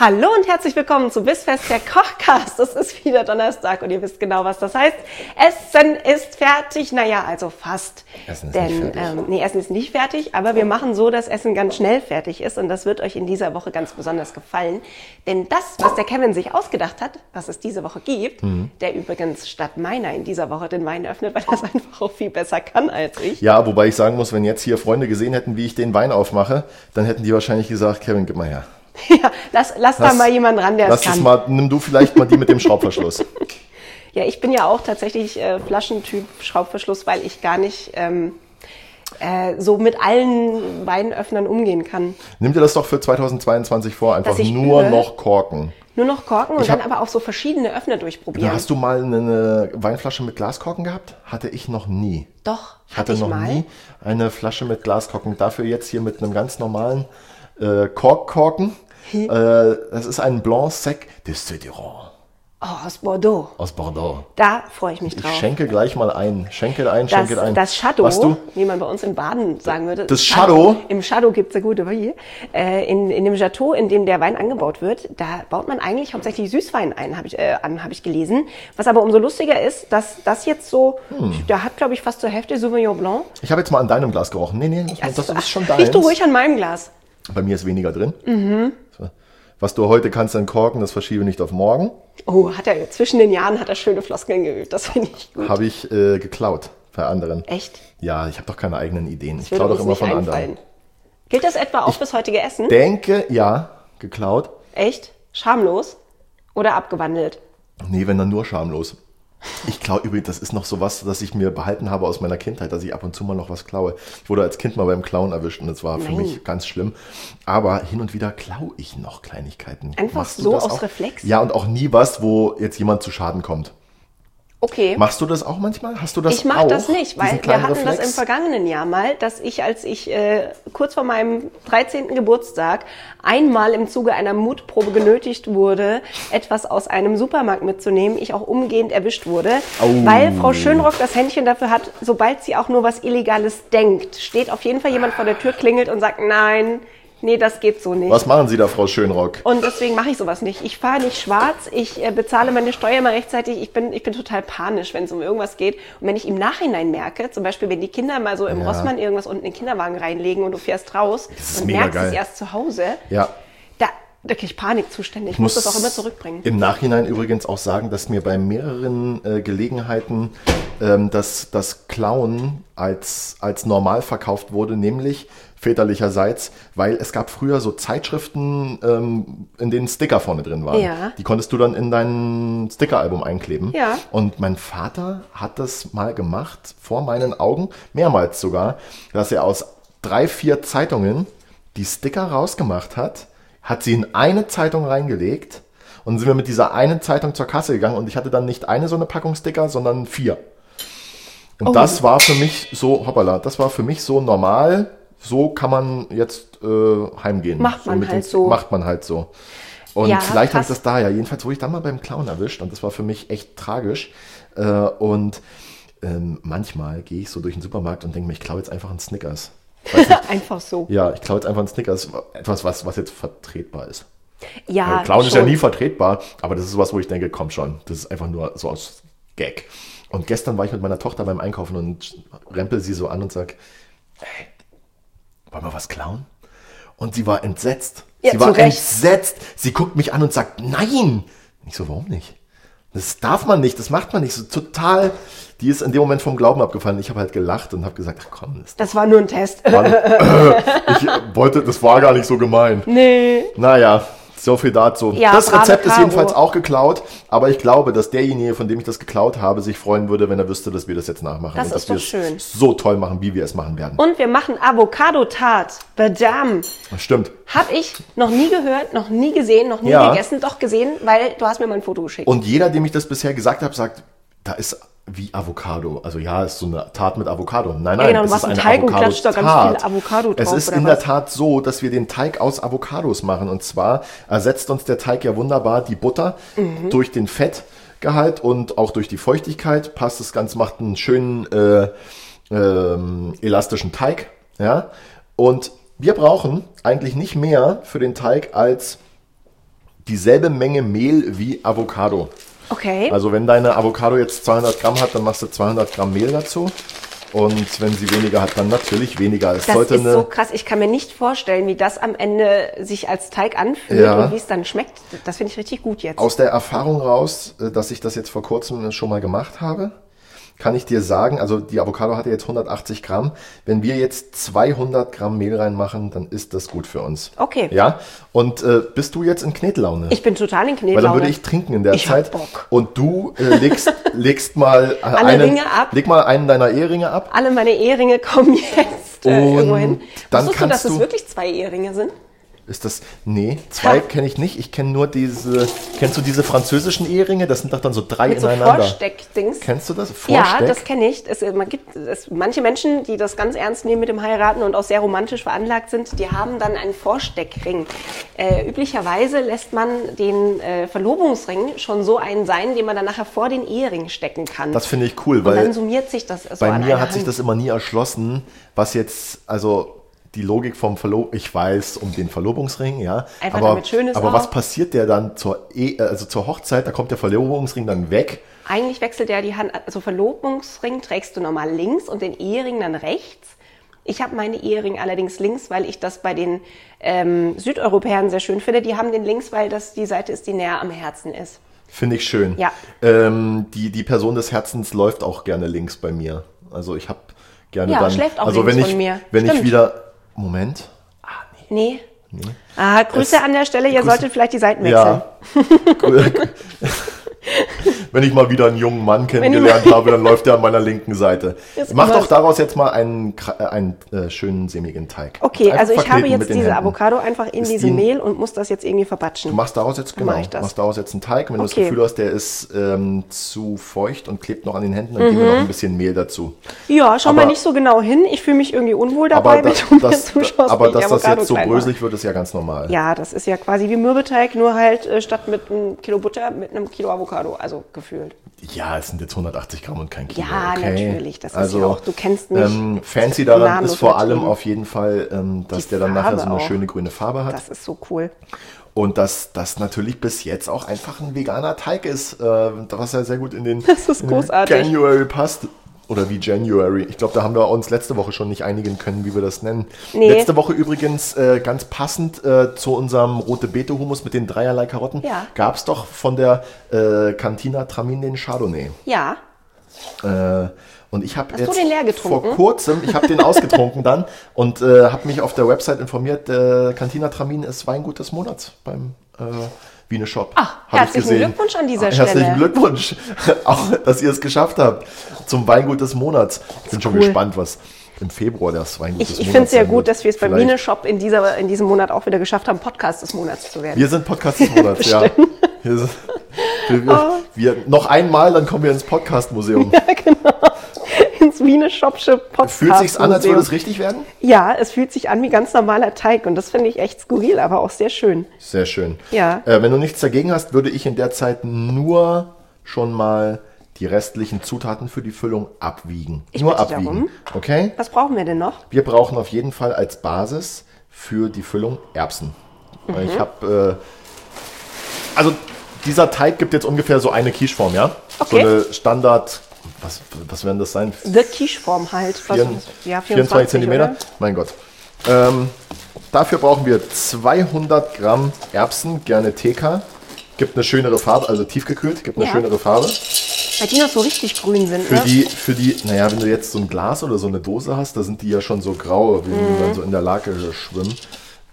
Hallo und herzlich willkommen zu Bissfest, der Kochcast. Es ist wieder Donnerstag und ihr wisst genau, was das heißt. Essen ist fertig. Naja, also fast. Essen ist Denn, nicht fertig. Ähm, nee, Essen ist nicht fertig, aber wir machen so, dass Essen ganz schnell fertig ist und das wird euch in dieser Woche ganz besonders gefallen. Denn das, was der Kevin sich ausgedacht hat, was es diese Woche gibt, Mhm. der übrigens statt meiner in dieser Woche den Wein öffnet, weil er es einfach auch viel besser kann als ich. Ja, wobei ich sagen muss, wenn jetzt hier Freunde gesehen hätten, wie ich den Wein aufmache, dann hätten die wahrscheinlich gesagt, Kevin, gib mal her. Ja, lass, lass da Lass- mal jemanden ran, der es Lass kann. das mal, nimm du vielleicht mal die mit dem Schraubverschluss. Ja, ich bin ja auch tatsächlich äh, Flaschentyp Schraubverschluss, weil ich gar nicht ähm, äh, so mit allen Weinöffnern umgehen kann. Nimm dir das doch für 2022 vor, einfach Dass ich nur übe? noch korken. Nur noch Korken und Ich hab- dann aber auch so verschiedene Öffner durchprobieren. Na, Hast du mal eine Weinflasche mit Glaskorken gehabt? Hatte ich noch nie. Doch, Ich hatte hatte ich noch mal. nie eine Flasche mit Glaskorken. Dafür jetzt hier mit einem ganz normalen äh, Korkkorken. Äh, das ist ein Blanc Sec de Cédéron Oh, aus Bordeaux. aus Bordeaux. Da freue ich mich Ich drauf. schenke gleich mal ein. Schenke ein, das, schenke ein. das Shadow, Was du? wie man bei uns in Baden sagen würde. Das Shadow? Im Shadow gibt's ja gute Weine. Äh, in, in dem Chateau, in dem der Wein angebaut wird, da baut man eigentlich hauptsächlich Süßwein ein, hab ich, äh, an, habe ich gelesen. Was aber umso lustiger ist, dass das jetzt so, Hm. da hat, glaube ich, fast zur Hälfte Sauvignon Blanc. Ich habe jetzt mal an deinem Glas gerochen. Nee, nee, das, das ist schon deins. Riech Also, du ruhig Mhm. an meinem Glas. Bei mir ist weniger drin. So. Was du heute kannst entkorken, das verschiebe nicht auf morgen. Oh, hat er zwischen den Jahren hat er schöne Floskeln geübt. Das finde ich gut. Habe ich äh, geklaut bei anderen. Echt? Ja, ich habe doch keine eigenen Ideen. Ich Würde klaue doch uns immer nicht von einfallen. anderen. Gilt das etwa auch fürs heutige Essen? Denke, ja, geklaut. Echt? Schamlos? Oder abgewandelt? Nee, wenn dann nur schamlos. Ich klaue übrigens, das ist noch so was, das ich mir behalten habe aus meiner Kindheit, dass ich ab und zu mal noch was klaue. Ich wurde als Kind mal beim Klauen erwischt und das war für Nein. mich ganz schlimm. Aber hin und wieder klaue ich noch Kleinigkeiten. Einfach Machst du so das aus auch? Reflex? Ja, und auch nie was, wo jetzt jemand zu Schaden kommt. Okay. Machst du das auch manchmal? Hast du das ich mache auch, das nicht, weil diesen wir kleinen hatten das Reflex? im vergangenen Jahr mal, dass ich, als ich äh, kurz vor meinem 13. Geburtstag einmal im Zuge einer Mutprobe genötigt wurde, etwas aus einem Supermarkt mitzunehmen, ich auch umgehend erwischt wurde, Au. weil Frau Schönrock das Händchen dafür hat, sobald sie auch nur was Illegales denkt, steht auf jeden Fall jemand vor der Tür, klingelt und sagt, nein, nee, das geht so nicht. Was machen Sie da, Frau Schönrock? Und deswegen mache ich sowas nicht. Ich fahre nicht schwarz, ich äh, bezahle meine Steuer immer rechtzeitig. Ich bin, ich bin total panisch, wenn es um irgendwas geht. Und wenn ich im Nachhinein merke, zum Beispiel, wenn die Kinder mal so im Ja. Rossmann irgendwas unten in den Kinderwagen reinlegen und du fährst raus ist und mega merkst es geil. erst zu Hause, Ja. da, da krieg ich Panikzustände. Ich muss, das auch immer zurückbringen. Im Nachhinein übrigens auch sagen, dass mir bei mehreren äh, Gelegenheiten ähm, das, das Klauen als, als normal verkauft wurde, nämlich väterlicherseits, weil es gab früher so Zeitschriften, ähm, in denen Sticker vorne drin waren. Ja. Die konntest du dann in dein Stickeralbum einkleben. Ja. Und mein Vater hat das mal gemacht, vor meinen Augen, mehrmals sogar, dass er aus drei, vier Zeitungen die Sticker rausgemacht hat, hat sie in eine Zeitung reingelegt und sind wir mit dieser einen Zeitung zur Kasse gegangen und ich hatte dann nicht eine so eine Packung Sticker, sondern vier. Oh. Und das war für mich so, hoppala, das war für mich so normal. So kann man jetzt äh, heimgehen. Macht man mit halt den- so. Macht man halt so. Und Ja, vielleicht habe krass. ich das da ja. Jedenfalls wurde ich da mal beim Clown erwischt und das war für mich echt tragisch. Äh, und ähm, manchmal gehe ich so durch den Supermarkt und denke mir, ich klaue jetzt einfach einen Snickers. Einfach so. Ja, ich klaue jetzt einfach einen Snickers. Etwas, was, was jetzt vertretbar ist. Ja, Weil Clown Äh, ist ja schon. nie vertretbar, aber das ist was, wo ich denke, komm schon, das ist einfach nur so aus Gag. Und gestern war ich mit meiner Tochter beim Einkaufen und rempel sie so an und sag, hey, wollen wir was klauen? Und sie war entsetzt. Ja, sie zu war Recht. entsetzt. Sie guckt mich an und sagt, nein. Ich so, warum nicht? Das darf man nicht, das macht man nicht. So total, die ist in dem Moment vom Glauben abgefallen. Ich habe halt gelacht und habe gesagt, ach komm, das Das war nur ein Test. war, ich wollte, das war gar nicht so gemein. nee. Naja, So viel dazu. Ja, das brave Rezept ist Caro. jedenfalls auch geklaut, aber ich glaube, dass derjenige, von dem ich das geklaut habe, sich freuen würde, wenn er wüsste, dass wir das jetzt nachmachen. Das und dass ist wir doch schön. es so toll machen, wie wir es machen werden. Und wir machen Avocado-Tart. Badam. Stimmt. Hab ich noch nie gehört, noch nie gesehen, noch nie Ja. gegessen. Doch gesehen, weil du hast mir mal ein Foto geschickt. Und jeder, dem ich das bisher gesagt habe, sagt, da ist wie Avocado. Also ja, ist so eine Tat mit Avocado. Nein, nein, genau, du es machst ist einen eine Teig und klatscht da ganz Avocado-Tat. viel Avocado Es drauf, ist oder in der was? Tat so, dass wir den Teig aus Avocados machen. Und zwar ersetzt uns der Teig ja wunderbar die Butter Mhm. durch den Fettgehalt und auch durch die Feuchtigkeit. Passt das Ganze, macht einen schönen äh, ähm, elastischen Teig. Ja? Und wir brauchen eigentlich nicht mehr für den Teig als dieselbe Menge Mehl wie Avocado. okay. Also wenn deine Avocado jetzt 200 Gramm hat, dann machst du 200 Gramm Mehl dazu. Und wenn sie weniger hat, dann natürlich weniger. Es das sollte ist eine, so krass. Ich kann mir nicht vorstellen, wie das am Ende sich als Teig anfühlt Ja. und wie es dann schmeckt. Das finde ich richtig gut jetzt. aus der Erfahrung raus, äh, dass ich das jetzt vor kurzem schon mal gemacht habe, kann ich dir sagen, also die Avocado hatte jetzt 180 Gramm. Wenn wir jetzt 200 Gramm Mehl reinmachen, dann ist das gut für uns. Okay. Ja, und äh, bist du jetzt in Knetlaune? ich bin total in Knetlaune. Weil dann würde ich trinken in der Ich hab Zeit. Bock. Und du äh, legst, legst mal äh, einen, Ringe ab. leg mal einen deiner Eheringe ab. Alle meine Eheringe kommen jetzt äh, Und irgendwo hin. dann Wusstest du, dass kannst es du- wirklich zwei Eheringe sind? Ist das. Nee, zwei Ha. kenne ich nicht. Ich kenne nur diese. Kennst du diese französischen Eheringe? Das sind doch dann so drei Mit so ineinander. Vorsteckdings. kennst du das? Ja, Vorsteck? das kenne ich. Es, äh, man gibt, es, manche Menschen, die das ganz ernst nehmen mit dem Heiraten und auch sehr romantisch veranlagt sind, die haben dann einen Vorsteckring. Äh, üblicherweise lässt man den äh, Verlobungsring schon so einen sein, den man dann nachher vor den Ehering stecken kann. Das finde ich cool, und dann weil summiert sich das so bei an mir einer hat sich Hand. das immer nie erschlossen, was jetzt. Also die Logik vom Verlob. Ich weiß um den Verlobungsring, ja. Einfach aber damit schön ist aber auch. was passiert der dann zur, e also zur Hochzeit? Da kommt der Verlobungsring dann weg. Eigentlich wechselt ja die Hand, also Verlobungsring trägst du normal links und den Ehering dann rechts. Ich habe meine Ehering allerdings links, weil ich das bei den ähm, Südeuropäern sehr schön finde. Die haben den links, weil das die Seite ist, die näher am Herzen ist. Finde ich schön. Ja. Ähm, die, die Person des Herzens läuft auch gerne links bei mir. Also ich habe gerne Ja, dann. schläft auch also links wenn ich, von mir. Wenn ich Stimmt. wieder. Moment. Nee. Ah, Grüße Es- an der Stelle, ihr Grüße- solltet vielleicht die Seiten wechseln. Ja. wenn ich mal wieder einen jungen Mann ich kennengelernt habe, dann läuft er an meiner linken Seite. Ist Mach immer- doch daraus jetzt mal einen, kra- äh, einen äh, schönen sämigen Teig. Okay, Einfach also ich habe verkneten mit jetzt den diese Händen. Avocado einfach in Ist diesem die- Mehl und muss das jetzt irgendwie Du verbatschen. machst daraus jetzt genau, Mach ich das. machst daraus jetzt einen Teig. Wenn du Okay. das Gefühl hast, der ist ähm, zu feucht und klebt noch an den Händen, dann geben Mhm. wir noch ein bisschen Mehl dazu. Ja, schau Aber- mal nicht so genau hin. Ich fühle mich irgendwie unwohl dabei, um aber das, wenn du mir das, zuschaust. aber wie ich die dass das Avocado jetzt so klein mache. bröselig wird, ist ja ganz normal. Ja, das ist ja quasi wie Mürbeteig, nur halt äh, statt mit einem Kilo Butter mit einem Kilo Avocado, also gefühlt. Ja, es sind jetzt 180 Gramm und kein Kilo. Ja, okay. Also, natürlich, das ist ja auch- du kennst mich. Ähm, fancy wird daran gnadenlos ist vor allem übertrieben. auf jeden Fall, ähm, dass Die der dann nachher so Farbe eine auch. schöne grüne Farbe hat. Das ist so cool. Und dass das natürlich bis jetzt auch einfach ein veganer Teig ist, äh, was ja sehr gut in den, Das ist in den großartig. January passt. Oder wie January. Ich glaube, da haben wir uns letzte Woche schon nicht einigen können, wie wir das nennen. Nee. Letzte Woche übrigens äh, ganz passend äh, zu unserem rote Beete Hummus mit den dreierlei Karotten Ja. gab es doch von der äh, Cantina Tramin den Chardonnay. Ja, Äh, und ich habe Hast du jetzt den leer getrunken? vor kurzem, ich habe den ausgetrunken dann und äh, habe mich auf der Website informiert, äh, Cantina Tramin ist Weingut des Monats beim äh, Wiener Shop. Ach, Hab Ah, Ah, herzlichen Glückwunsch an dieser Herzlichen Stelle. Glückwunsch, auch, dass ihr es geschafft habt zum Weingut des Monats. Ich bin schon cool. gespannt, was im Februar das Weingut des ich, ich Monats finde es sehr sein gut, wird. dass wir es beim Vielleicht- Biene Shop in, dieser, in diesem Monat auch wieder geschafft haben, Podcast des Monats zu werden. Wir sind Podcast des Monats, ja. Wir, sind, wir, wir, Oh. wir, noch einmal, dann kommen wir ins Podcast-Museum. Ins Wiener Shopsche Podcast. Fühlt sich's an, als würde es Museum. richtig werden? Ja, es fühlt sich an wie ganz normaler Teig und das finde ich echt skurril, aber auch sehr schön. Sehr schön. Ja. Äh, wenn du nichts dagegen hast, würde ich in der Zeit nur schon mal die restlichen Zutaten für die Füllung abwiegen. Ich nur bitte abwiegen. darum. Okay? Was brauchen wir denn noch? Wir brauchen auf jeden Fall als Basis für die Füllung Erbsen. Weil Mhm. Ich habe äh, also dieser Teig gibt jetzt ungefähr so eine Quicheform, ja? So Okay. eine Standard was was werden das sein? The Quiche-Form halt. Was- Vier, ja, 24 Zentimeter. oder? Mein Gott. Ähm, dafür brauchen wir 200 Gramm Erbsen, gerne TK. Gibt eine schönere Farbe, also tiefgekühlt, gibt eine Ja. schönere Farbe. Weil die noch so richtig grün sind, Für ne? die, für die, naja, wenn du Mhm. jetzt so ein Glas oder so eine Dose hast, da sind die ja schon so grau, wie die dann so in der Lage schwimmen.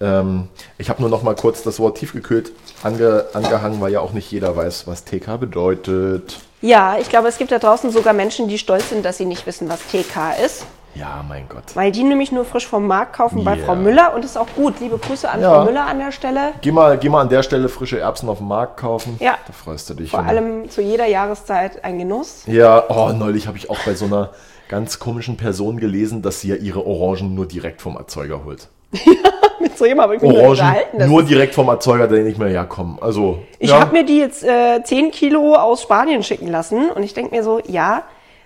Ähm, ich habe nur noch mal kurz das Wort tiefgekühlt ange, angehangen, weil ja auch nicht jeder weiß, was TK bedeutet. Ja, ich glaube, es gibt da draußen sogar Menschen, die stolz sind, dass sie nicht wissen, was TK ist, Ja, mein Gott. weil die nämlich nur frisch vom Markt kaufen bei Ja. Frau Müller und das ist auch gut. Liebe Grüße an Ja. Frau Müller an der Stelle. Geh mal, geh mal an der Stelle frische Erbsen auf dem Markt kaufen. Ja. Da freust du dich. Vor Junge. allem zu jeder Jahreszeit ein Genuss. Ja, oh, neulich habe ich auch bei so einer ganz komischen Person gelesen, dass sie ja ihre Orangen nur direkt vom Erzeuger holt. Mit so jemandem habe ich mich nur unterhalten. Orangen Das nur direkt vom Erzeuger, da denke ich mir, ja komm, also. Ich ja. habe mir die jetzt äh, 10 Kilo aus Spanien schicken lassen und ich denke mir so, ja,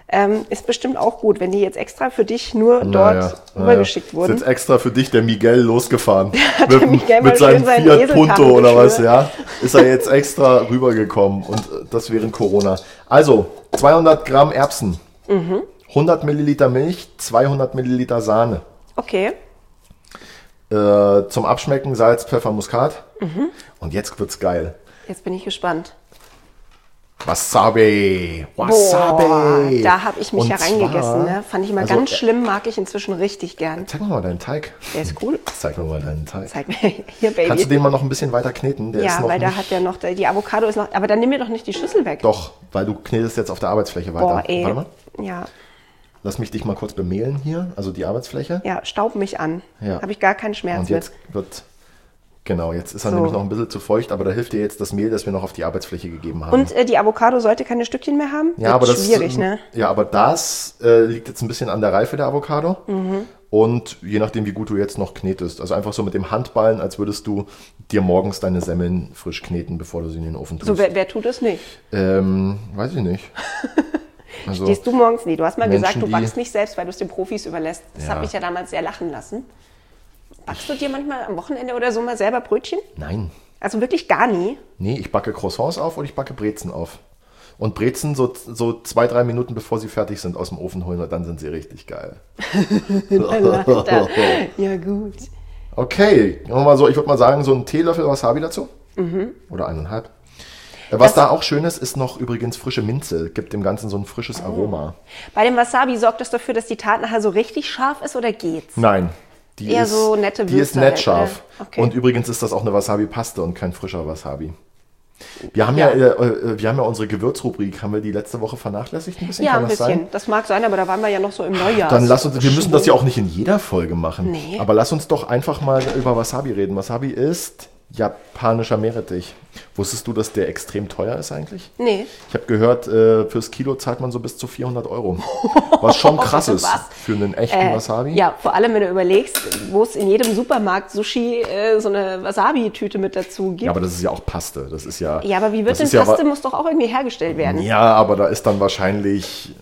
ähm, ist bestimmt auch gut, wenn die jetzt extra für dich nur dort Naja, naja. rübergeschickt Ist wurden. jetzt extra für dich der Miguel losgefahren. mit der Miguel mal mit seinem schön seinen Fiat Eselkarren Punto oder was, geschnürt. ja. Ist er jetzt extra rübergekommen und äh, das während Corona. Also, 200 Gramm Erbsen, Mhm. 100 Milliliter Milch, 200 Milliliter Sahne. Okay, Äh, zum Abschmecken Salz, Pfeffer, Muskat. Und jetzt wird's geil. jetzt bin ich gespannt. Wasabi. Wasabi. da habe ich mich ja reingegessen. Ne? Fand ich mal also, ganz äh, schlimm, mag ich inzwischen richtig gern. Zeig mir mal deinen Teig. Der ist cool. Zeig mir mal deinen Teig. Zeig mir hier, Kannst du Baby. den mal noch ein bisschen weiter kneten? Der ist Ja, noch weil da nicht- hat der noch, die Avocado ist noch, aber dann nimm mir doch nicht die Schüssel weg. Doch, weil du knetest jetzt auf der Arbeitsfläche weiter. Boah, ey. Warte mal, Ja, lass mich dich mal kurz bemehlen hier, also die Arbeitsfläche. ja, staub mich an. Ja. Habe ich gar keinen Schmerz Und jetzt mit. wird, genau, jetzt ist er So. nämlich noch ein bisschen zu feucht, aber da hilft dir jetzt das Mehl, das wir noch auf die Arbeitsfläche gegeben haben. Und äh, die Avocado sollte keine Stückchen mehr haben? Wird ja, aber das, schwierig, ne? ja, aber das äh, liegt jetzt ein bisschen an der Reife der Avocado. Und je nachdem, wie gut du jetzt noch knetest. Also einfach so mit dem Handballen, als würdest du dir morgens deine Semmeln frisch kneten, bevor du sie in den Ofen tust. So, wer, wer tut es nicht? ähm, weiß ich nicht. Also, Stehst du morgens? Nee, du hast mal Menschen, gesagt, du die- backst nicht selbst, weil du es den Profis überlässt. Das Ja. hat mich ja damals sehr lachen lassen. Backst du dir manchmal am Wochenende oder so mal selber Brötchen? nein. Also wirklich gar nie. Nee, ich backe Croissants auf und ich backe Brezen auf. Und Brezen so, so zwei, drei Minuten bevor sie fertig sind aus dem Ofen holen und dann sind sie richtig geil. Alter. ja, gut. Okay, machen wir mal so, ich würde mal sagen, so einen Teelöffel Wasabi dazu. Mhm. Oder eineinhalb. Äh, Was da auch schön ist, ist noch übrigens frische Minze. Gibt dem Ganzen so ein frisches Oh. Aroma. Bei dem Wasabi sorgt das dafür, dass die Tat nachher so richtig scharf ist oder geht's? Nein. Die Eher ist, so nette Die ist Würste nett halt, scharf. ne? Okay. Und übrigens ist das auch eine Wasabi-Paste und kein frischer Wasabi. Wir haben ja, äh, äh, wir haben ja unsere Gewürzrubrik, haben wir die letzte Woche vernachlässigt ein bisschen? Ja, Kann ein das bisschen. Sein? Das mag sein, aber da waren wir ja noch so im Neujahr. Dann lass uns, wir müssen das ja auch nicht in jeder Folge machen. Nee. Aber lass uns doch einfach mal über Wasabi reden. Wasabi ist japanischer Meerrettich. Wusstest du, dass der extrem teuer ist eigentlich? Nee. Ich habe gehört, äh, fürs Kilo zahlt man so bis zu 400 Euro. Was schon krass ist Was? für einen echten Wasabi. Äh, Ja, vor allem, wenn du überlegst, wo es in jedem Supermarkt Sushi äh, so eine Wasabi-Tüte mit dazu gibt. Ja, aber das ist ja auch Paste. Das ist ja. Ja, aber wie wird das denn ist ja Paste? wa- muss doch auch irgendwie hergestellt werden. Ja, aber da ist dann wahrscheinlich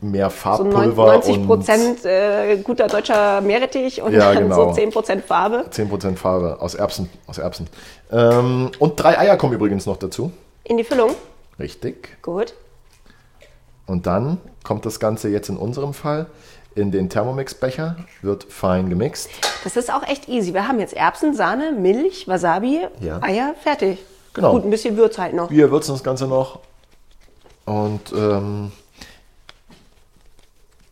mehr So Farbpulver 90 und Prozent äh, guter deutscher Meerrettich und Ja, dann genau. so 10 Prozent Farbe. 10% Farbe aus Erbsen. Aus Erbsen. Ähm, und drei Eier kommen übrigens noch dazu. In die Füllung. Richtig. Gut. Und dann kommt das Ganze jetzt in unserem Fall in den Thermomix-Becher, wird fein gemixt. Das ist auch echt easy. Wir haben jetzt Erbsen, Sahne, Milch, Wasabi, Ja. Eier, fertig. Genau. Gut, ein bisschen Würz halt noch. Wir würzen das Ganze noch. Und ähm,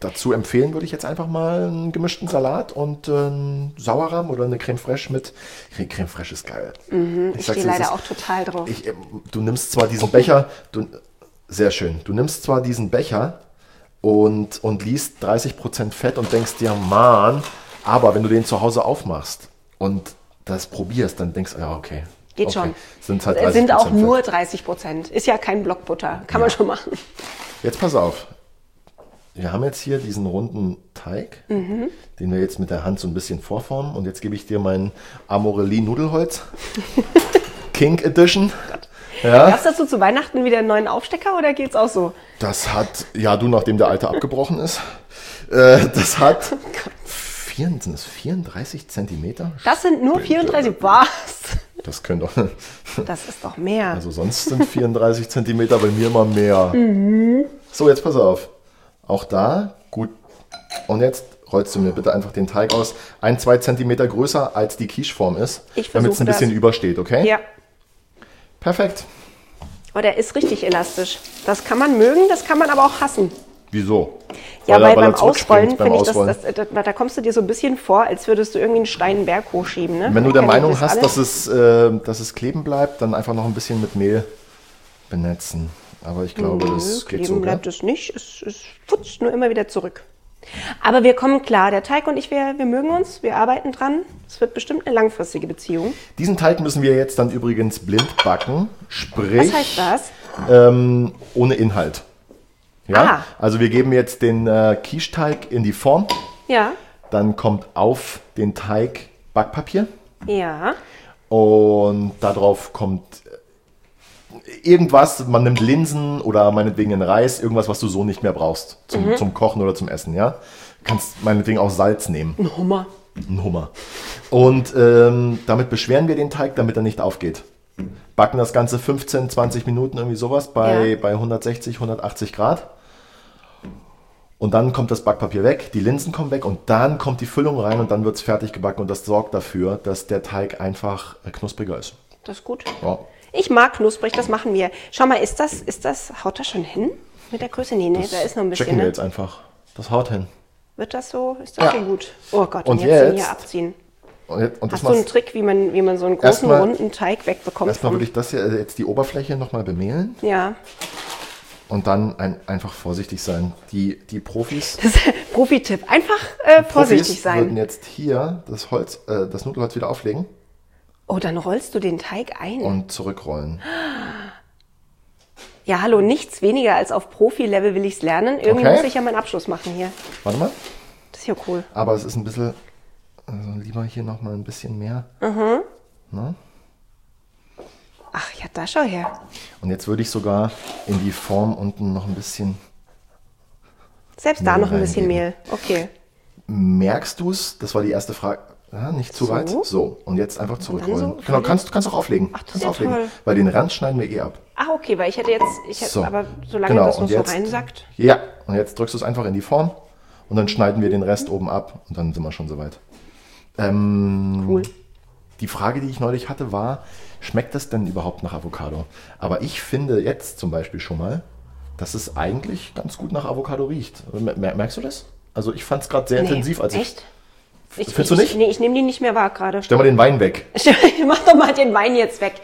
dazu empfehlen würde ich jetzt einfach mal einen gemischten Salat und äh, einen Sauerrahm oder eine Creme Fraiche mit. Creme Fraiche ist geil. Mhm, Ich sag's stehe dir, es leider ist- auch total drauf. Ich, ähm, du nimmst zwar diesen Becher, du, sehr schön, du nimmst zwar diesen Becher und, und liest 30% Fett und denkst dir, Mann, aber wenn du den zu Hause aufmachst und das probierst, dann denkst du, ja, okay. Geht okay, schon. Sind halt 30% Es Äh, sind auch Fett. nur 30 Prozent. Ist ja kein Block Butter. Kann man schon machen. Jetzt pass auf. Wir haben jetzt hier diesen runden Teig, Mhm. den wir jetzt mit der Hand so ein bisschen vorformen. Und jetzt gebe ich dir mein Amorelli Nudelholz. King Edition. Ja, Gab's dazu zu Weihnachten wieder einen neuen Aufstecker oder geht's auch so? das hat, ja du, nachdem der alte abgebrochen ist, äh, das Oh hat 34, sind es 34 Zentimeter. Das sind nur 34. Was? Das können doch, Das ist doch mehr. also sonst sind 34 Zentimeter bei mir immer mehr. Mhm. So, jetzt pass auf. Auch da, gut. Und jetzt rollst du mir bitte einfach den Teig aus. Ein, zwei Zentimeter größer als die Quicheform ist, Ich versuch damit es ein bisschen das. übersteht, okay? ja. Perfekt. Oh, der ist richtig elastisch. Das kann man mögen, das kann man aber auch hassen. Wieso? Ja, weil, er- er beim zurückspringt Ausrollen beim finde ich, Ausrollen. das, das, das, da kommst du dir so ein bisschen vor, als würdest du irgendwie einen Stein einen Berg hochschieben. Ne? Wenn du der Kennt ihr Meinung das hast, alle? dass es, äh, dass es kleben bleibt, dann einfach noch ein bisschen mit Mehl benetzen. Aber ich glaube, das geht Mhm, kleben so. gell? bleibt es nicht, es, es futzt nur immer wieder zurück. Aber wir kommen klar, der Teig und ich, wir, wir mögen uns, wir arbeiten dran. Es wird bestimmt eine langfristige Beziehung. Diesen Teig müssen wir jetzt dann übrigens blind backen, sprich Was heißt das? Ähm, ohne Inhalt. Ja? Ah. Also wir geben jetzt den äh, Quiche-Teig in die Form, Ja, dann kommt auf den Teig Backpapier ja. und darauf kommt äh, irgendwas, man nimmt Linsen oder meinetwegen den Reis, irgendwas, was du so nicht mehr brauchst zum, zum Kochen oder zum Essen, ja? Du kannst meinetwegen auch Salz nehmen, Ein Hummer. ein Hummer. Und ähm, damit beschweren wir den Teig, damit er nicht aufgeht. Backen das Ganze 15, 20 Minuten, irgendwie sowas, bei, Ja. bei 160, 180 Grad. Und dann kommt das Backpapier weg, die Linsen kommen weg und dann kommt die Füllung rein und dann wird es fertig gebacken und das sorgt dafür, dass der Teig einfach äh, knuspriger ist. Das ist gut. Ja. Ich mag knusprig, das machen wir. Schau mal, ist das, ist das, haut das schon hin? Mit der Größe? Nee, nee, da ist noch ein bisschen. Checken wir Ne? jetzt einfach. Das haut hin. Wird das so? Ist das Ja. schon gut? Oh Gott, Und und, jetzt, den jetzt? hier abziehen. Und, jetzt, und das Hast du einen machst Trick, wie man, wie man so einen großen, Erstmal- runden Teig wegbekommt? Erstmal vom- würde ich das hier, äh, jetzt die Oberfläche nochmal bemehlen ja. und dann ein, einfach vorsichtig sein. Die, die Profis. Das ist Profi-Tipp. Einfach äh, vorsichtig Profis würden sein. jetzt hier das Holz, äh, das Nudelholz wieder auflegen Oh, dann rollst du den Teig ein. und zurückrollen. Ja, hallo, nichts weniger als auf Profi-Level will ich's lernen. Irgendwie Okay. muss ich ja meinen Abschluss machen hier. Warte mal. Das ist ja cool. Aber es ist ein bisschen, also lieber hier nochmal ein bisschen mehr. Ach ja, da schau her. Und jetzt würde ich sogar in die Form unten noch ein bisschen. Selbst da Mehl noch ein bisschen reingeben. Mehl. Okay. Merkst du es? Das war die erste Frage. Ja, nicht zu So. weit. So. Und jetzt einfach zurückrollen. so? genau, kannst du kannst auch auflegen. Ach, das kannst ist ja auflegen. toll. Weil den Rand schneiden wir eh ab. Ach, Ah, okay, weil ich hätte jetzt, ich hätte, aber solange das Genau, und noch so jetzt- reinsackt. Ja, und jetzt drückst du es einfach in die Form und dann schneiden wir den Rest oben ab und dann sind wir schon soweit. Ähm, Cool. Die Frage, die ich neulich hatte, war, schmeckt das denn überhaupt nach Avocado? Aber ich finde jetzt zum Beispiel schon mal, dass es eigentlich ganz gut nach Avocado riecht. Mer- mer- Merkst du das? Also ich fand es gerade sehr intensiv. Als ich, Echt? Ich, Findest ich, du nicht? Nee, ich nehme die nicht mehr wahr gerade. stell mal den Wein weg. Mach doch mal den Wein jetzt weg.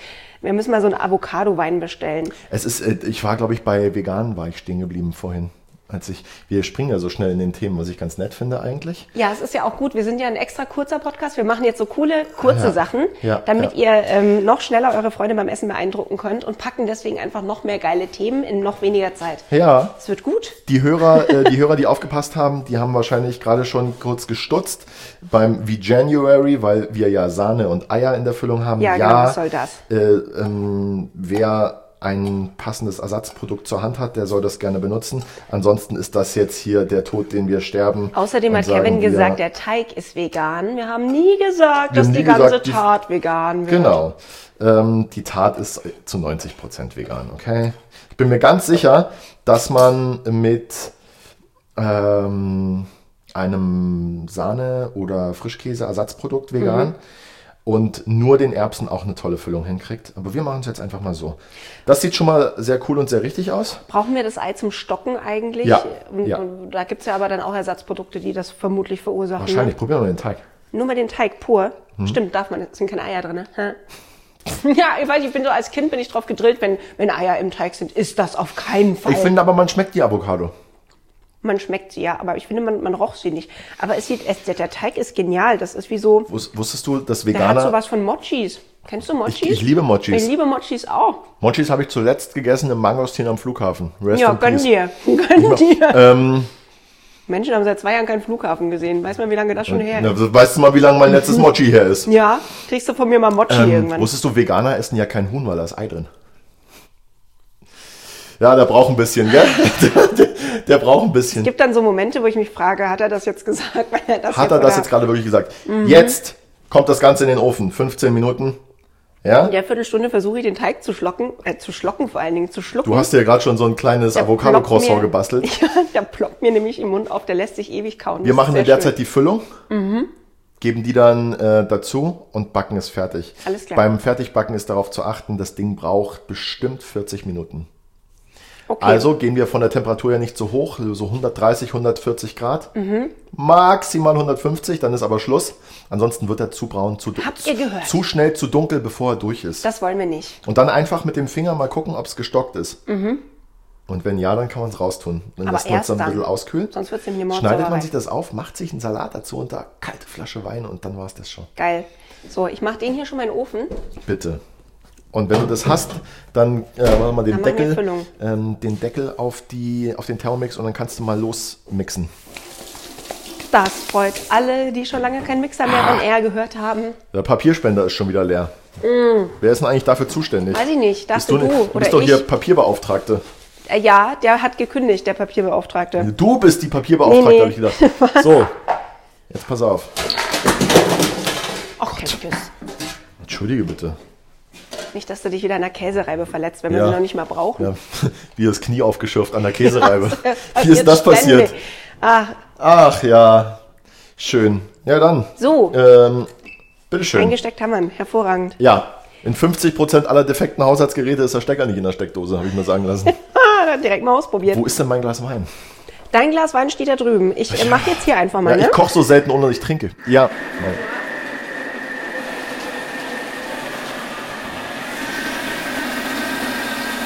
Wir müssen mal so einen Avocado-Wein bestellen. Es ist, äh, ich war, glaube ich, bei veganen war ich stehen geblieben vorhin. Als ich, wir springen ja so schnell in den Themen, was ich ganz nett finde eigentlich. Ja, es ist ja auch gut. Wir sind ja ein extra kurzer Podcast. Wir machen jetzt so coole, kurze Ja. Sachen, Ja, damit ja. ihr ähm, noch schneller eure Freunde beim Essen beeindrucken könnt und packen deswegen einfach noch mehr geile Themen in noch weniger Zeit. Ja. Es wird gut. Die Hörer, äh, die Hörer, die aufgepasst haben, die haben wahrscheinlich gerade schon kurz gestutzt beim V-January, weil wir ja Sahne und Eier in der Füllung haben. Ja, genau, was soll das? Äh, ähm, wer ein passendes Ersatzprodukt zur Hand hat, der soll das gerne benutzen. Ansonsten ist das jetzt hier der Tod, den wir sterben. Außerdem Und hat sagen Kevin wir- gesagt, der Teig ist vegan. Wir haben nie gesagt, Wir dass haben nie die ganze gesagt, die- Tat vegan wird. Genau. Ähm, die Tat ist zu 90% vegan, okay? Ich bin mir ganz sicher, dass man mit ähm, einem Sahne- oder Frischkäse-Ersatzprodukt Mhm. vegan und nur den Erbsen auch eine tolle Füllung hinkriegt. Aber wir machen es jetzt einfach mal so. Das sieht schon mal sehr cool und sehr richtig aus. Brauchen wir das Ei zum Stocken eigentlich? Ja, Und, ja. und da gibt's ja aber dann auch Ersatzprodukte, die das vermutlich verursachen. Wahrscheinlich. Probieren wir mal den Teig. Nur mal den Teig pur. Hm. Stimmt, darf man. Es sind keine Eier drin. Ne? Hä? Ja, ich weiß, ich bin so als Kind bin ich drauf gedrillt, wenn, wenn Eier im Teig sind, ist das auf keinen Fall. Ich finde aber, man schmeckt die Avocado. man schmeckt sie ja, aber ich finde, man, man roch sie nicht. Aber es sieht, es, der, der Teig ist genial. Das ist wie so, Wus- Wusstest du, dass der hat Veganer... so was von Mochis. Kennst du Mochis? ich liebe Mochis. Ich liebe Mochis auch. Mochis habe ich zuletzt gegessen im Mangostin am Flughafen. Rest ja, in gönn peace. dir. Gönn dir. Ähm, Menschen haben seit zwei Jahren keinen Flughafen gesehen. Weiß man, wie lange das schon her Na, ist? weißt du mal, wie lange mein letztes Mochi her ist? Ja, kriegst du von mir mal Mochi Ähm, irgendwann. wusstest du, Veganer essen ja kein Huhn, weil da ist Ei drin. Ja, der braucht ein bisschen, gell? der, der braucht ein bisschen. gibt dann so Momente, wo ich mich frage, hat er das jetzt gesagt? Weil er das Hat er oder- das Mhm. jetzt gerade wirklich gesagt? Jetzt kommt das Ganze in den Ofen. 15 Minuten. Ja? In der Viertelstunde versuche ich den Teig zu schlocken, äh, zu schlocken vor allen Dingen, zu schlucken. Du hast dir gerade schon so ein kleines Der ploppt Avocado-Croissant mir- gebastelt. Ja, der ploppt mir nämlich im Mund auf, der lässt sich ewig kauen. Wir machen in der Zeit die. die Füllung, Mhm. geben die dann äh, dazu und backen es fertig. Alles klar. Beim Fertigbacken ist darauf zu achten, das Ding braucht bestimmt 40 Minuten. Okay. Also gehen wir von der Temperatur ja nicht so hoch, so 130, 140 Grad. Maximal 150, dann ist aber Schluss. Ansonsten wird er zu braun, zu, du- Habt ihr gehört? zu schnell, zu dunkel, bevor er durch ist. Das wollen wir nicht. Und dann einfach mit dem Finger mal gucken, ob es gestockt ist. Und wenn ja, dann kann man es raustun. Dann Aber lässt man es erst dann ein dann. bisschen auskühlen. Sonst wird's nämlich morgens Schneidet sauer man rein. sich das auf, macht sich einen Salat dazu und da kalte Flasche Wein und dann war es das schon. Geil. So, ich mache den hier schon mal in den Ofen. Bitte. Und wenn du das hast, dann äh, mach mal Dann den machen wir Deckel, Füllung. ähm, den Deckel auf, die, auf den Thermomix und dann kannst du mal losmixen. Das freut alle, die schon lange keinen Mixer mehr on air gehört haben. Der Papierspender ist schon wieder leer. Wer ist denn eigentlich dafür zuständig? Mm. Weiß ich nicht. Bist Dachte du, du, nicht- du oder bist doch ich. hier Papierbeauftragte. Äh, Ja, der hat gekündigt, der Papierbeauftragte. Du bist die Papierbeauftragte, Nee, habe ich nee. gedacht. So, jetzt pass auf. Ach, Käffkes. Entschuldige bitte. Nicht, dass du dich wieder in der Käsereibe verletzt, wenn wir Ja. sie noch nicht mal brauchen. Ja, wie das Knie aufgeschürft an der Käsereibe. Das Wie ist das ständig. passiert? Ah, Ach ja, schön. Ja dann. So. Ähm, bitteschön. eingesteckt haben wir ihn. Hervorragend. Ja, in 50% aller defekten Haushaltsgeräte ist der Stecker nicht in der Steckdose, habe ich mir sagen lassen. Ah, dann direkt mal ausprobiert. Wo ist denn mein Glas Wein? Dein Glas Wein steht da drüben. Ich äh, mach jetzt hier einfach Ja, mal, ich ne? koche so selten, ohne dass ich trinke. Ja. Nein.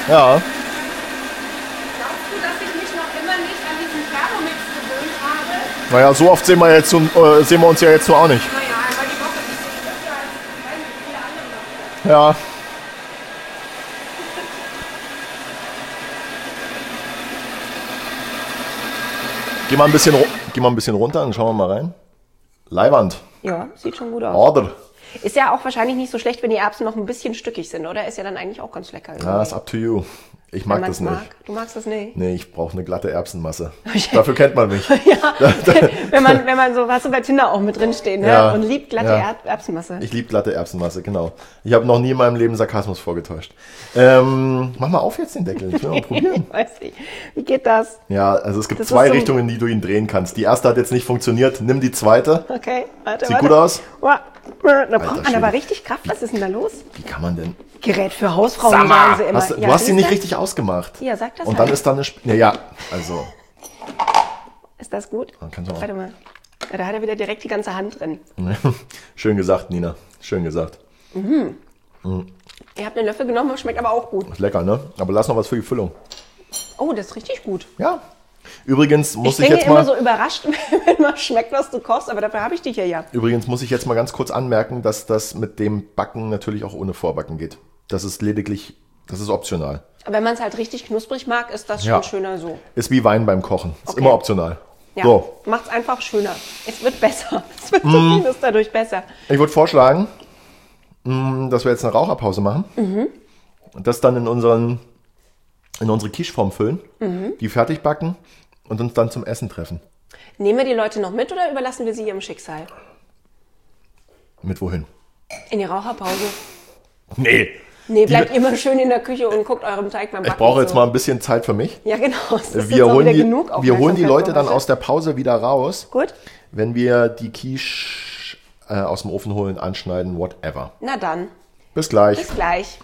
Ja, Glaubst du, dass ich mich noch immer nicht an diesen Thermomix gewöhnt habe? naja, so oft sehen wir, jetzt, nun- äh, sehen wir uns ja jetzt so auch nicht. Naja, einmal die Woche ist es öfter als weiß nicht, viele andere Leute. Ja. Geh mal ein bisschen, ru- geh mal ein bisschen runter und schauen wir mal rein. Leihwand. Ja, sieht schon gut aus. Order. Ist ja auch wahrscheinlich nicht so schlecht, wenn die Erbsen noch ein bisschen stückig sind, oder? Ist ja dann eigentlich auch ganz lecker. Ja, ist up to you. Ich mag Wenn das man's nicht. Du magst das nicht? Nee, ich brauche eine glatte Erbsenmasse. Dafür kennt man mich. Ja, wenn man, wenn man so, was so bei Tinder auch mit drinsteht, ne? Ja, Und liebt glatte ja. Erb Erbsenmasse. Ich liebe glatte Erbsenmasse, genau. Ich habe noch nie in meinem Leben Sarkasmus vorgetäuscht. Ähm, mach mal auf jetzt den Deckel. Ich will mal probieren. Weiß nicht. Wie geht das? Ja, also es gibt Das ist zwei so ein- Richtungen, in die du ihn drehen kannst. Die erste hat jetzt nicht funktioniert. Nimm die zweite. Okay, warte, Sieht warte. gut aus? Wow. Da braucht man Schwede. aber richtig Kraft. Was ist denn da los? Wie kann man denn? Gerät für Hausfrauen, Sag mal, sagen sie immer. Hast, du hast sie siehst nicht du? richtig ausgemacht. Ja, sag das Und halt. dann ist da eine... Sp ja, ja, also... Ist das gut? Dann Ah, kannst du auch- Warte mal. Ja, Da hat er wieder direkt die ganze Hand drin. ne. Schön gesagt, Nina. Schön gesagt. Ihr habt einen Löffel genommen, schmeckt aber auch gut. Ist lecker, ne? Aber lass noch was für die Füllung. Oh, das ist richtig gut. Ja. Übrigens muss ich, ich bin jetzt ja immer mal... so überrascht, wenn man schmeckt, was du kochst, aber dafür habe ich dich ja ja. Übrigens muss ich jetzt mal ganz kurz anmerken, dass das mit dem Backen natürlich auch ohne Vorbacken geht. Das ist lediglich... Das ist optional. Aber wenn man es halt richtig knusprig mag, ist das schon Ja. schöner so. Ist wie Wein beim Kochen. Ist Okay. immer optional. Ja, So, Mm. macht's einfach schöner. Es wird besser. Es wird zumindest dadurch besser. ich würde vorschlagen, mh, dass wir jetzt eine Raucherpause machen. Mhm. Und das dann in unseren... in unsere Quicheform füllen, Mhm. die fertig backen und uns dann zum Essen treffen. Nehmen wir die Leute noch mit oder überlassen wir sie ihrem Schicksal? Mit wohin? In die Raucherpause. Nee. Nee, bleibt immer schön in der Küche und guckt eurem Teig beim Backen. Ich brauche jetzt zu. mal ein bisschen Zeit für mich. Ja, genau. Es ist jetzt Wir auch holen, wieder die, genug wir holen die Aufmerksamkeit Leute für dann heute. aus der Pause wieder raus, Gut. wenn wir die Quiche äh, aus dem Ofen holen, anschneiden, whatever. Na dann, Bis gleich. bis gleich.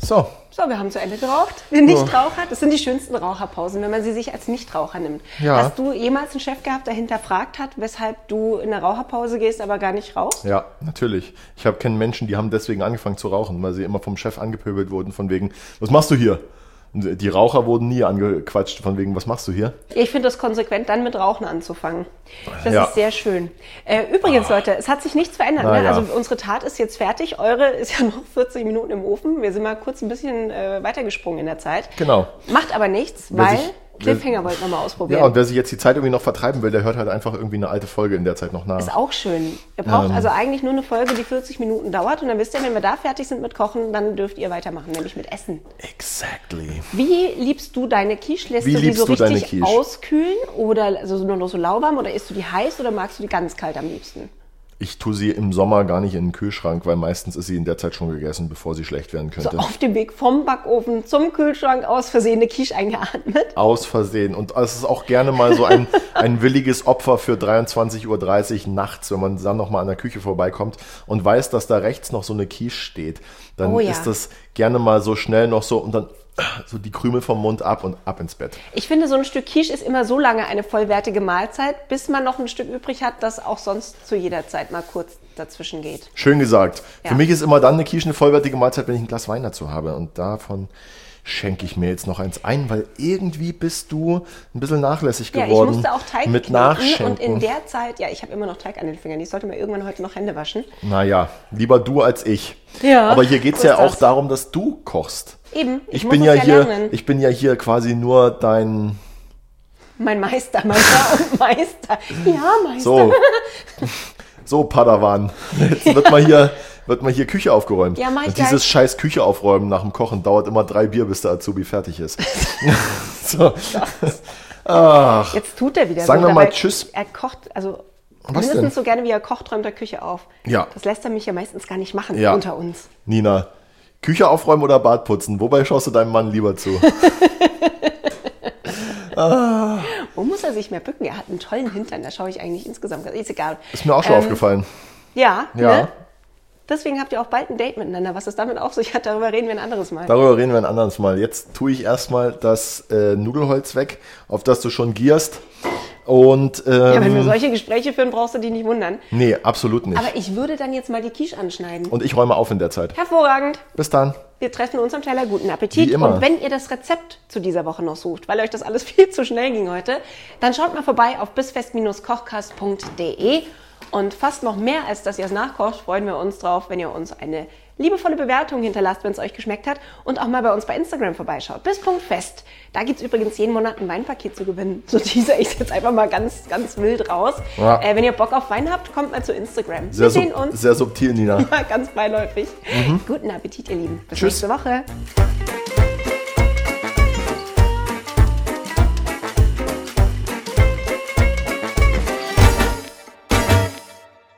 So, So, wir haben zu Ende geraucht. Wir Nichtraucher, das sind die schönsten Raucherpausen, wenn man sie sich als Nichtraucher nimmt. Ja. Hast du jemals einen Chef gehabt, der hinterfragt hat, weshalb du in eine Raucherpause gehst, aber gar nicht rauchst? ja, natürlich. Ich habe kennen Menschen, die haben deswegen angefangen zu rauchen, weil sie immer vom Chef angepöbelt wurden, von wegen, was machst du hier? Und die Raucher wurden nie angequatscht, von wegen, was machst du hier? Ich finde es konsequent, dann mit Rauchen anzufangen. Das Ja. Ah. ist sehr schön. Äh, übrigens, Leute, es hat sich nichts verändert. Na Ne? ja. Also unsere Tat ist jetzt fertig. Eure ist ja noch 40 Minuten im Ofen. Wir sind mal kurz ein bisschen äh, weitergesprungen in der Zeit. Genau. Macht aber nichts, Wer weil sich- wer- Cliffhanger wollten wir mal ausprobieren. Ja, und wer sich jetzt die Zeit irgendwie noch vertreiben will, der hört halt einfach irgendwie eine alte Folge in der Zeit noch Ist nach. auch schön. Ihr braucht Ähm. also eigentlich nur eine Folge, die 40 Minuten dauert. Und dann wisst ihr, wenn wir da fertig sind mit Kochen, dann dürft ihr weitermachen, nämlich mit Essen. Exactly. Wie liebst du deine Quiche? Lässt Wie du die liebst so du deine richtig Quiche? auskühlen oder also nur noch so lauwarm oder isst du die heiß oder magst du die ganz kalt am liebsten? Ich tue sie im Sommer gar nicht in den Kühlschrank, weil meistens ist sie in der Zeit schon gegessen, bevor sie schlecht werden So könnte. auf dem Weg vom Backofen zum Kühlschrank aus Versehen eine Quiche eingeatmet. Aus Versehen. Und es ist auch gerne mal so ein, ein williges Opfer für 23.30 Uhr nachts, wenn man dann nochmal an der Küche vorbeikommt und weiß, dass da rechts noch so eine Quiche steht. Dann Oh ja. ist das gerne mal so schnell noch so und dann so die Krümel vom Mund ab und ab ins Bett. Ich finde, so ein Stück Quiche ist immer so lange eine vollwertige Mahlzeit, bis man noch ein Stück übrig hat, das auch sonst zu jeder Zeit mal kurz dazwischen geht. Schön gesagt. Ja. Für mich ist immer dann eine Quiche eine vollwertige Mahlzeit, wenn ich ein Glas Wein dazu habe. Und davon schenke ich mir jetzt noch eins ein, weil irgendwie bist du ein bisschen nachlässig Ja, ich geworden. musste auch Teig mit kneten Nachschenken. und in der Zeit, ja, ich habe immer noch Teig an den Fingern. Ich sollte mir irgendwann heute noch Hände waschen. Naja, lieber du als ich. Ja, Aber hier geht's so ja ist auch das. darum, dass du kochst. Eben, ich Ich, muss bin es ja ja hier, lernen. ich bin ja hier quasi nur dein. Mein Meister, Meister und Meister. Ja, Meister. So. so, Padawan. Jetzt wird mal hier. Wird mal hier Küche aufgeräumt. Ja, mach ich Und dieses gleich. scheiß Küche aufräumen nach dem Kochen dauert immer drei Bier, bis der Azubi fertig ist. so. Jetzt tut er wieder Sagen so. wir mal dabei- Tschüss. Er kocht, also Was mindestens denn? so gerne wie er kocht, räumt er Küche auf. Ja. Das lässt er mich ja meistens gar nicht machen Ja. unter uns. Nina, Küche aufräumen oder Bad putzen? Wobei schaust du deinem Mann lieber zu? Wo muss er sich mehr bücken? Er hat einen tollen Hintern, da schaue ich eigentlich insgesamt. Ist egal. Ist mir auch schon Ähm, aufgefallen. Ja, Ja. Ne? Deswegen habt ihr auch bald ein Date miteinander. Was es damit auf sich hat, darüber reden wir ein anderes Mal. Darüber reden wir ein anderes Mal. Jetzt tue ich erstmal das äh, Nudelholz weg, auf das du schon gierst. Und ja, wenn wir ähm, solche Gespräche führen, brauchst du dich nicht wundern. nee, absolut nicht. Aber ich würde dann jetzt mal die Quiche anschneiden. Und ich räume auf in der Zeit. Hervorragend. Bis dann. Wir treffen uns am Teller. Guten Appetit. Wie immer. Und wenn ihr das Rezept zu dieser Woche noch sucht, weil euch das alles viel zu schnell ging heute, dann schaut mal vorbei auf bisfest-kochkast.de. Und fast noch mehr, als dass ihr es nachkocht, freuen wir uns drauf, wenn ihr uns eine liebevolle Bewertung hinterlasst, wenn es euch geschmeckt hat. Und auch mal bei uns bei Instagram vorbeischaut. Bis Punkt fest. Da gibt es übrigens jeden Monat ein Weinpaket zu gewinnen. So teaser ich jetzt einfach mal ganz, ganz wild raus. Ja. Äh, wenn ihr Bock auf Wein habt, kommt mal zu Instagram. Sehr, wir sehen sub- uns. sehr subtil, Nina. Ja, ganz beiläufig. Guten Appetit, ihr Lieben. Bis Tschüss. nächste Woche.